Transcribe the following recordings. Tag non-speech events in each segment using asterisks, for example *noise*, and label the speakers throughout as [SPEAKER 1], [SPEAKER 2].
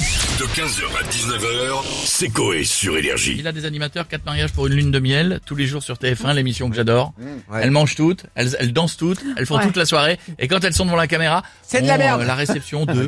[SPEAKER 1] De 15h à 19h, c'est Coé sur Énergie.
[SPEAKER 2] Il a des animateurs, quatre mariages pour une lune de miel, tous les jours sur TF1, l'émission que j'adore. Elles mangent toutes, elles, elles dansent toutes, elles font
[SPEAKER 3] Ouais.
[SPEAKER 2] toute la soirée, et quand elles sont devant la caméra,
[SPEAKER 4] C'est de la
[SPEAKER 2] on,
[SPEAKER 4] merde.
[SPEAKER 2] la réception de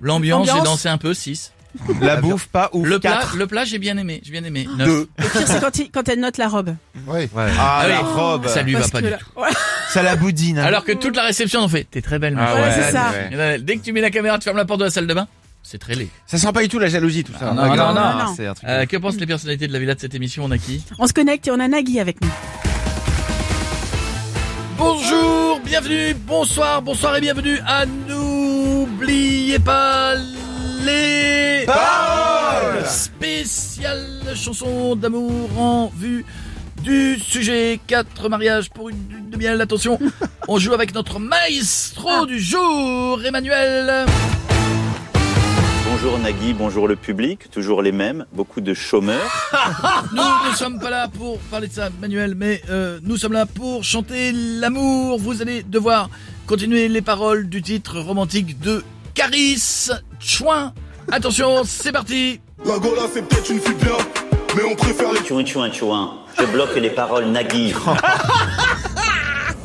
[SPEAKER 2] l'ambiance, j'ai
[SPEAKER 3] Ambiance.
[SPEAKER 2] dansé un peu, 6.
[SPEAKER 4] La bouffe pas ouf.
[SPEAKER 2] Le plat,
[SPEAKER 4] 4.
[SPEAKER 2] le plat, j'ai bien aimé, j'ai bien aimé, 9.
[SPEAKER 3] Le pire, c'est quand, il- quand elle note la robe.
[SPEAKER 4] Ah,
[SPEAKER 2] Ah
[SPEAKER 4] la
[SPEAKER 2] oui.
[SPEAKER 4] robe.
[SPEAKER 2] Ça lui va
[SPEAKER 3] Parce
[SPEAKER 2] pas
[SPEAKER 3] que
[SPEAKER 2] du
[SPEAKER 3] là-
[SPEAKER 2] tout.
[SPEAKER 3] Ouais,
[SPEAKER 4] Ça la boudine. hein.
[SPEAKER 2] Alors que toute la réception en fait, t'es très belle. ma
[SPEAKER 3] ouais,
[SPEAKER 4] Ah
[SPEAKER 2] fille.
[SPEAKER 3] c'est ça.
[SPEAKER 2] Et là, Dès que tu mets la caméra, tu fermes la porte de la salle de bain, c'est très laid.
[SPEAKER 5] Ça sent pas du tout la jalousie tout ça.
[SPEAKER 2] Ah, non, non,
[SPEAKER 5] Grave.
[SPEAKER 2] non,
[SPEAKER 5] Ah,
[SPEAKER 3] non.
[SPEAKER 5] c'est un truc de
[SPEAKER 2] Euh,
[SPEAKER 5] ouf.
[SPEAKER 2] que pensent les personnalités de la villa de cette émission On a qui
[SPEAKER 3] On se connecte et on a Nagui avec nous.
[SPEAKER 2] Bonjour, bienvenue, bonsoir, bonsoir et bienvenue à N'oubliez pas les paroles Spéciale chanson d'amour en vue du sujet 4 mariages pour une lune de miel. Attention, on joue avec notre maestro du jour, Emmanuel.
[SPEAKER 6] Bonjour Nagui, bonjour le public, toujours les mêmes, beaucoup de chômeurs.
[SPEAKER 2] Nous ne sommes pas là pour parler de ça, Manuel, mais euh, nous sommes là pour chanter l'amour. Vous allez devoir continuer les paroles du titre romantique de Caris Chouin. Attention, c'est parti
[SPEAKER 7] La Gola c'est peut-être une fille bien, mais on préfère les
[SPEAKER 6] Tchouin tchouin tchouin, je bloque les paroles Nagui.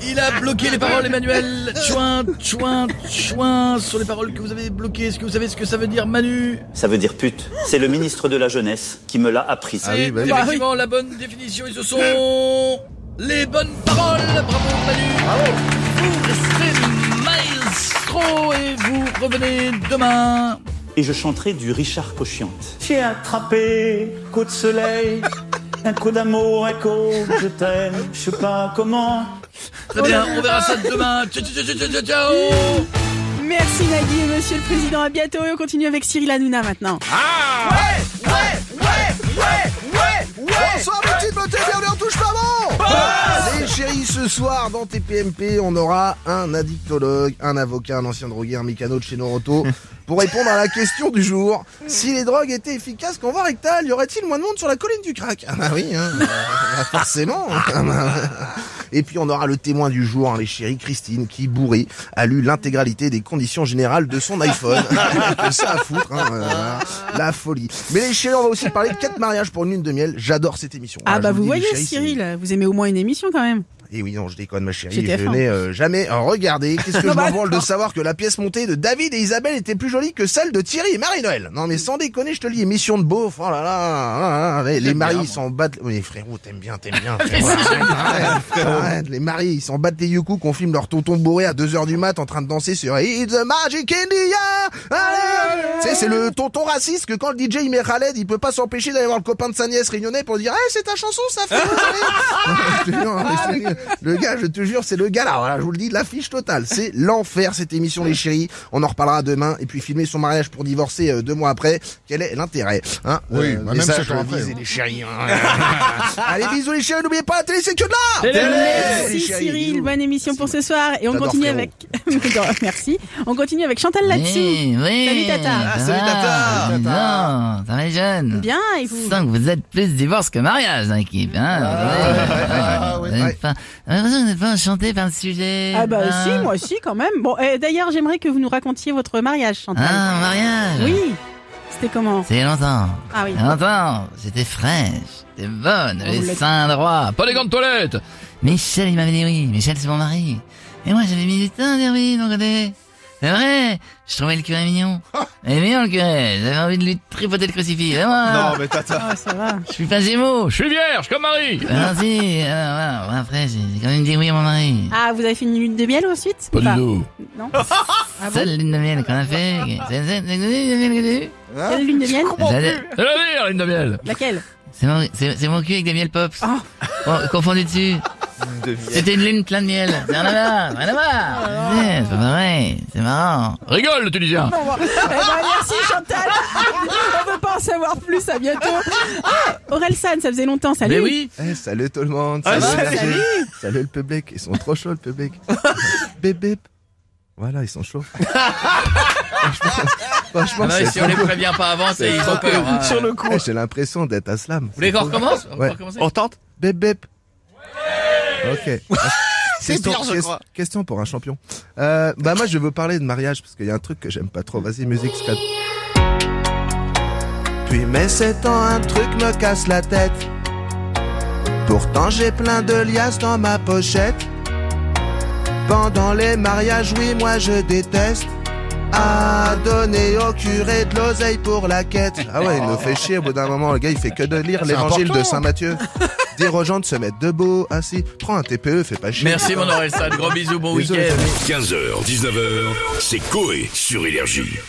[SPEAKER 2] Il a bloqué les paroles, Emmanuel. Chouin, chouin, chouin sur les paroles que vous avez bloquées. Est-ce que vous savez ce que ça veut dire, Manu
[SPEAKER 6] Ça veut dire pute. C'est le ministre de la jeunesse qui me l'a appris.
[SPEAKER 4] Ah
[SPEAKER 2] C'est bah
[SPEAKER 8] Bah
[SPEAKER 2] effectivement la bonne définition et ce sont les bonnes paroles. Bravo Manu. Vous restez maestro et vous revenez demain.
[SPEAKER 6] Et je chanterai du Richard Cochiante.
[SPEAKER 9] J'ai attrapé, coup de soleil, un coup d'amour, un coup de je t'aime, je sais pas comment.
[SPEAKER 2] Très bien, on verra ça demain. Ciao, ciao, ciao, ciao, ciao, ciao.
[SPEAKER 3] Merci Nagui et Monsieur le Président. À bientôt et on continue avec Cyril Hanouna maintenant.
[SPEAKER 8] Ah, Bonsoir mes petites beautés, bienvenue en touche pas bon Les chéris, ce soir dans TPMP, on aura un addictologue, un avocat, un ancien drogué, un mécano de chez Noroto pour répondre à la question du jour. Si les drogues étaient efficaces qu'en voie rectale, y aurait-il moins de monde sur la colline du crack Ah bah oui, hein, euh, bah forcément Et puis on aura le témoin du jour, hein, les chéris, Christine, qui bourrée a lu l'intégralité des conditions générales de son iPhone. Que ça à foutre, hein, euh, voilà. la folie. Mais les chéris, on va aussi parler de quatre mariages pour une lune de miel. J'adore cette émission.
[SPEAKER 3] Ah
[SPEAKER 8] Voilà,
[SPEAKER 3] bah
[SPEAKER 8] je
[SPEAKER 3] vous
[SPEAKER 8] le dis, les
[SPEAKER 3] voyez
[SPEAKER 8] chéris, c'est-
[SPEAKER 3] Cyril, vous aimez au moins une émission quand même.
[SPEAKER 8] et Eh oui, non, je déconne, ma chérie.
[SPEAKER 3] C'était
[SPEAKER 8] Je
[SPEAKER 3] F1.
[SPEAKER 8] n'ai euh, jamais
[SPEAKER 3] *laughs*
[SPEAKER 8] regardé. Qu'est-ce que
[SPEAKER 3] Non,
[SPEAKER 8] je
[SPEAKER 3] bah,
[SPEAKER 8] m'en branle de
[SPEAKER 3] d'accord.
[SPEAKER 8] savoir que la pièce montée de David et Isabelle était plus jolie que celle de Thierry et Marie-Noël. Non, mais sans déconner, je te lis, émission de beauf. Oh là là, là, là, les, les maris, ils s'en battent. Oui, frérot, t'aimes bien, t'aimes
[SPEAKER 3] *laughs*
[SPEAKER 8] bien. frérot. Arrête, arrête, les maris, ils s'en battent les yuku qu'on filme leur tonton bourré à 2h du mat en train de danser sur It's the Magic India. Allez, allez. Tu sais, c'est le tonton raciste que quand le DJ il met Khaled, il peut pas s'empêcher d'aller voir le copain de sa nièce réunionnais pour dire, Eh, c'est ta chanson, ça fait. Je te jure, hein, je te jure, le gars, je te jure, c'est le gars là. Voilà, je vous le dis, l'affiche totale. C'est l'enfer cette émission, les chéris. On en reparlera demain. Et puis filmer son mariage pour divorcer euh, deux mois après. Quel est l'intérêt hein
[SPEAKER 7] Oui, bah, même
[SPEAKER 8] message
[SPEAKER 7] cinq ans
[SPEAKER 8] à
[SPEAKER 7] après,
[SPEAKER 8] viser,
[SPEAKER 7] hein.
[SPEAKER 8] les chéris. *laughs* Allez, bisous les chéris. N'oubliez pas, la télé, c'est que de là.
[SPEAKER 3] Merci
[SPEAKER 8] les chéris,
[SPEAKER 3] Cyril,
[SPEAKER 8] bisous.
[SPEAKER 3] bonne émission pour ce soir et on
[SPEAKER 8] J'adore
[SPEAKER 3] continue
[SPEAKER 8] Frérot.
[SPEAKER 3] avec. *laughs* Merci. On continue avec Chantal là-dessus.
[SPEAKER 10] Eh oui.
[SPEAKER 3] Salut, Tata.
[SPEAKER 10] Ça
[SPEAKER 8] Ah, salut,
[SPEAKER 10] va,
[SPEAKER 8] Tata.
[SPEAKER 10] Non, ça va les jeunes.
[SPEAKER 3] Bien et vous.
[SPEAKER 10] Je sens que vous êtes plus divorce que mariage dans l'équipe. Hein
[SPEAKER 8] Ah,
[SPEAKER 10] vous
[SPEAKER 8] ouais,
[SPEAKER 10] n'êtes
[SPEAKER 8] ouais.
[SPEAKER 10] pas- J'ai l'impression que vous n'êtes pas enchanté par le sujet.
[SPEAKER 3] Ah bah
[SPEAKER 10] hein.
[SPEAKER 3] si, moi si quand même. Bon, eh, d'ailleurs j'aimerais que vous nous racontiez votre mariage Chantal.
[SPEAKER 10] Ah, un mariage.
[SPEAKER 3] Oui. C'était comment
[SPEAKER 10] C'est longtemps.
[SPEAKER 3] Ah oui.
[SPEAKER 10] C'est longtemps. J'étais fraîche. J'étais bonne.
[SPEAKER 3] Oh,
[SPEAKER 10] les
[SPEAKER 3] la-
[SPEAKER 10] seins droits.
[SPEAKER 2] Pas les gants de toilette.
[SPEAKER 10] Michel, il m'avait dit oui. Michel, c'est mon mari. Et moi, j'avais mis du temps à dire oui, de mon côté. C'est vrai. Je trouvais le curé mignon.
[SPEAKER 4] Ah.
[SPEAKER 10] Il est mignon, le curé. J'avais envie de lui tripoter le crucifix. Vraiment.
[SPEAKER 4] Non, mais tata.
[SPEAKER 3] Ah ça va.
[SPEAKER 10] Je suis pas Gémeaux.
[SPEAKER 2] Je suis vierge comme Marie.
[SPEAKER 10] Ah non, si, euh, voilà. Bon, après, j'ai j'ai quand même dit oui à mon mari.
[SPEAKER 3] Ah vous avez fait une lune de miel ensuite ou Pas
[SPEAKER 2] tout.
[SPEAKER 3] Non.
[SPEAKER 4] Ah
[SPEAKER 10] Seule lune de miel qu'on
[SPEAKER 4] *laughs*
[SPEAKER 10] a fait. C'est c'est- c'est une lune de miel que j'ai eue.
[SPEAKER 3] Quelle lune de miel
[SPEAKER 10] J'allais-
[SPEAKER 2] C'est la meilleure lune de miel.
[SPEAKER 3] Laquelle
[SPEAKER 10] C'est mon, c'est- c'est mon cul avec des miels pops.
[SPEAKER 2] Ah.
[SPEAKER 3] Oh.
[SPEAKER 10] Bon, confondu
[SPEAKER 2] *laughs*
[SPEAKER 10] dessus. C'était une lune pleine de miel. C'est rien à voir, rien à
[SPEAKER 2] Oh
[SPEAKER 10] voir. C'est c'est pas vrai, c'est marrant.
[SPEAKER 2] Rigole le Tunisien.
[SPEAKER 3] Bon, bon. Eh ben, merci *laughs* Chantal. On veut pas en savoir plus. À bientôt. Ah, Aurel San, ça faisait longtemps. Salut.
[SPEAKER 10] ben
[SPEAKER 2] Mais oui.
[SPEAKER 8] Eh, salut tout le monde.
[SPEAKER 4] Ah,
[SPEAKER 8] salut,
[SPEAKER 4] salut.
[SPEAKER 8] les chéris. Salut le public. Ils sont trop chauds le public. Bip bip. Voilà, ils sont chauds. franchement, franchement,
[SPEAKER 10] bah
[SPEAKER 2] Ah non,
[SPEAKER 8] c'est
[SPEAKER 2] si on les
[SPEAKER 8] trop beau.
[SPEAKER 2] prévient pas avant, c'est ils ont peur. hein.
[SPEAKER 4] Sur le
[SPEAKER 2] Vous
[SPEAKER 4] coup.
[SPEAKER 8] Eh, J'ai l'impression d'être à slam.
[SPEAKER 2] voulez qu'on recommence On peut
[SPEAKER 8] Ouais.
[SPEAKER 2] recommencer
[SPEAKER 4] On tente
[SPEAKER 8] Bip bip. Ok.
[SPEAKER 4] C'est
[SPEAKER 8] Question-
[SPEAKER 4] pire, je
[SPEAKER 8] ques-
[SPEAKER 4] crois.
[SPEAKER 8] Question pour un champion. Euh, bah moi je veux parler de mariage parce qu'il y a un truc que j'aime pas trop. Vas-y musique. Scott. depuis mes 7 ans, un truc me casse la tête. Pourtant j'ai plein de liasses dans ma pochette. Pendant les mariages, oui, moi je déteste. À donner au curé de l'oseille pour la quête. Ah ouais, il me fait chier au bout d'un moment. Le gars, il fait que de lire l'évangile de Saint Matthieu. Dire aux gens de se mettre debout, assis. Prends un TPE, fais pas chier.
[SPEAKER 2] Merci mon Orelsan, gros bisous, bon
[SPEAKER 8] Désolé,
[SPEAKER 2] week-end.
[SPEAKER 1] 15h, 19h, c'est Coé sur Énergie.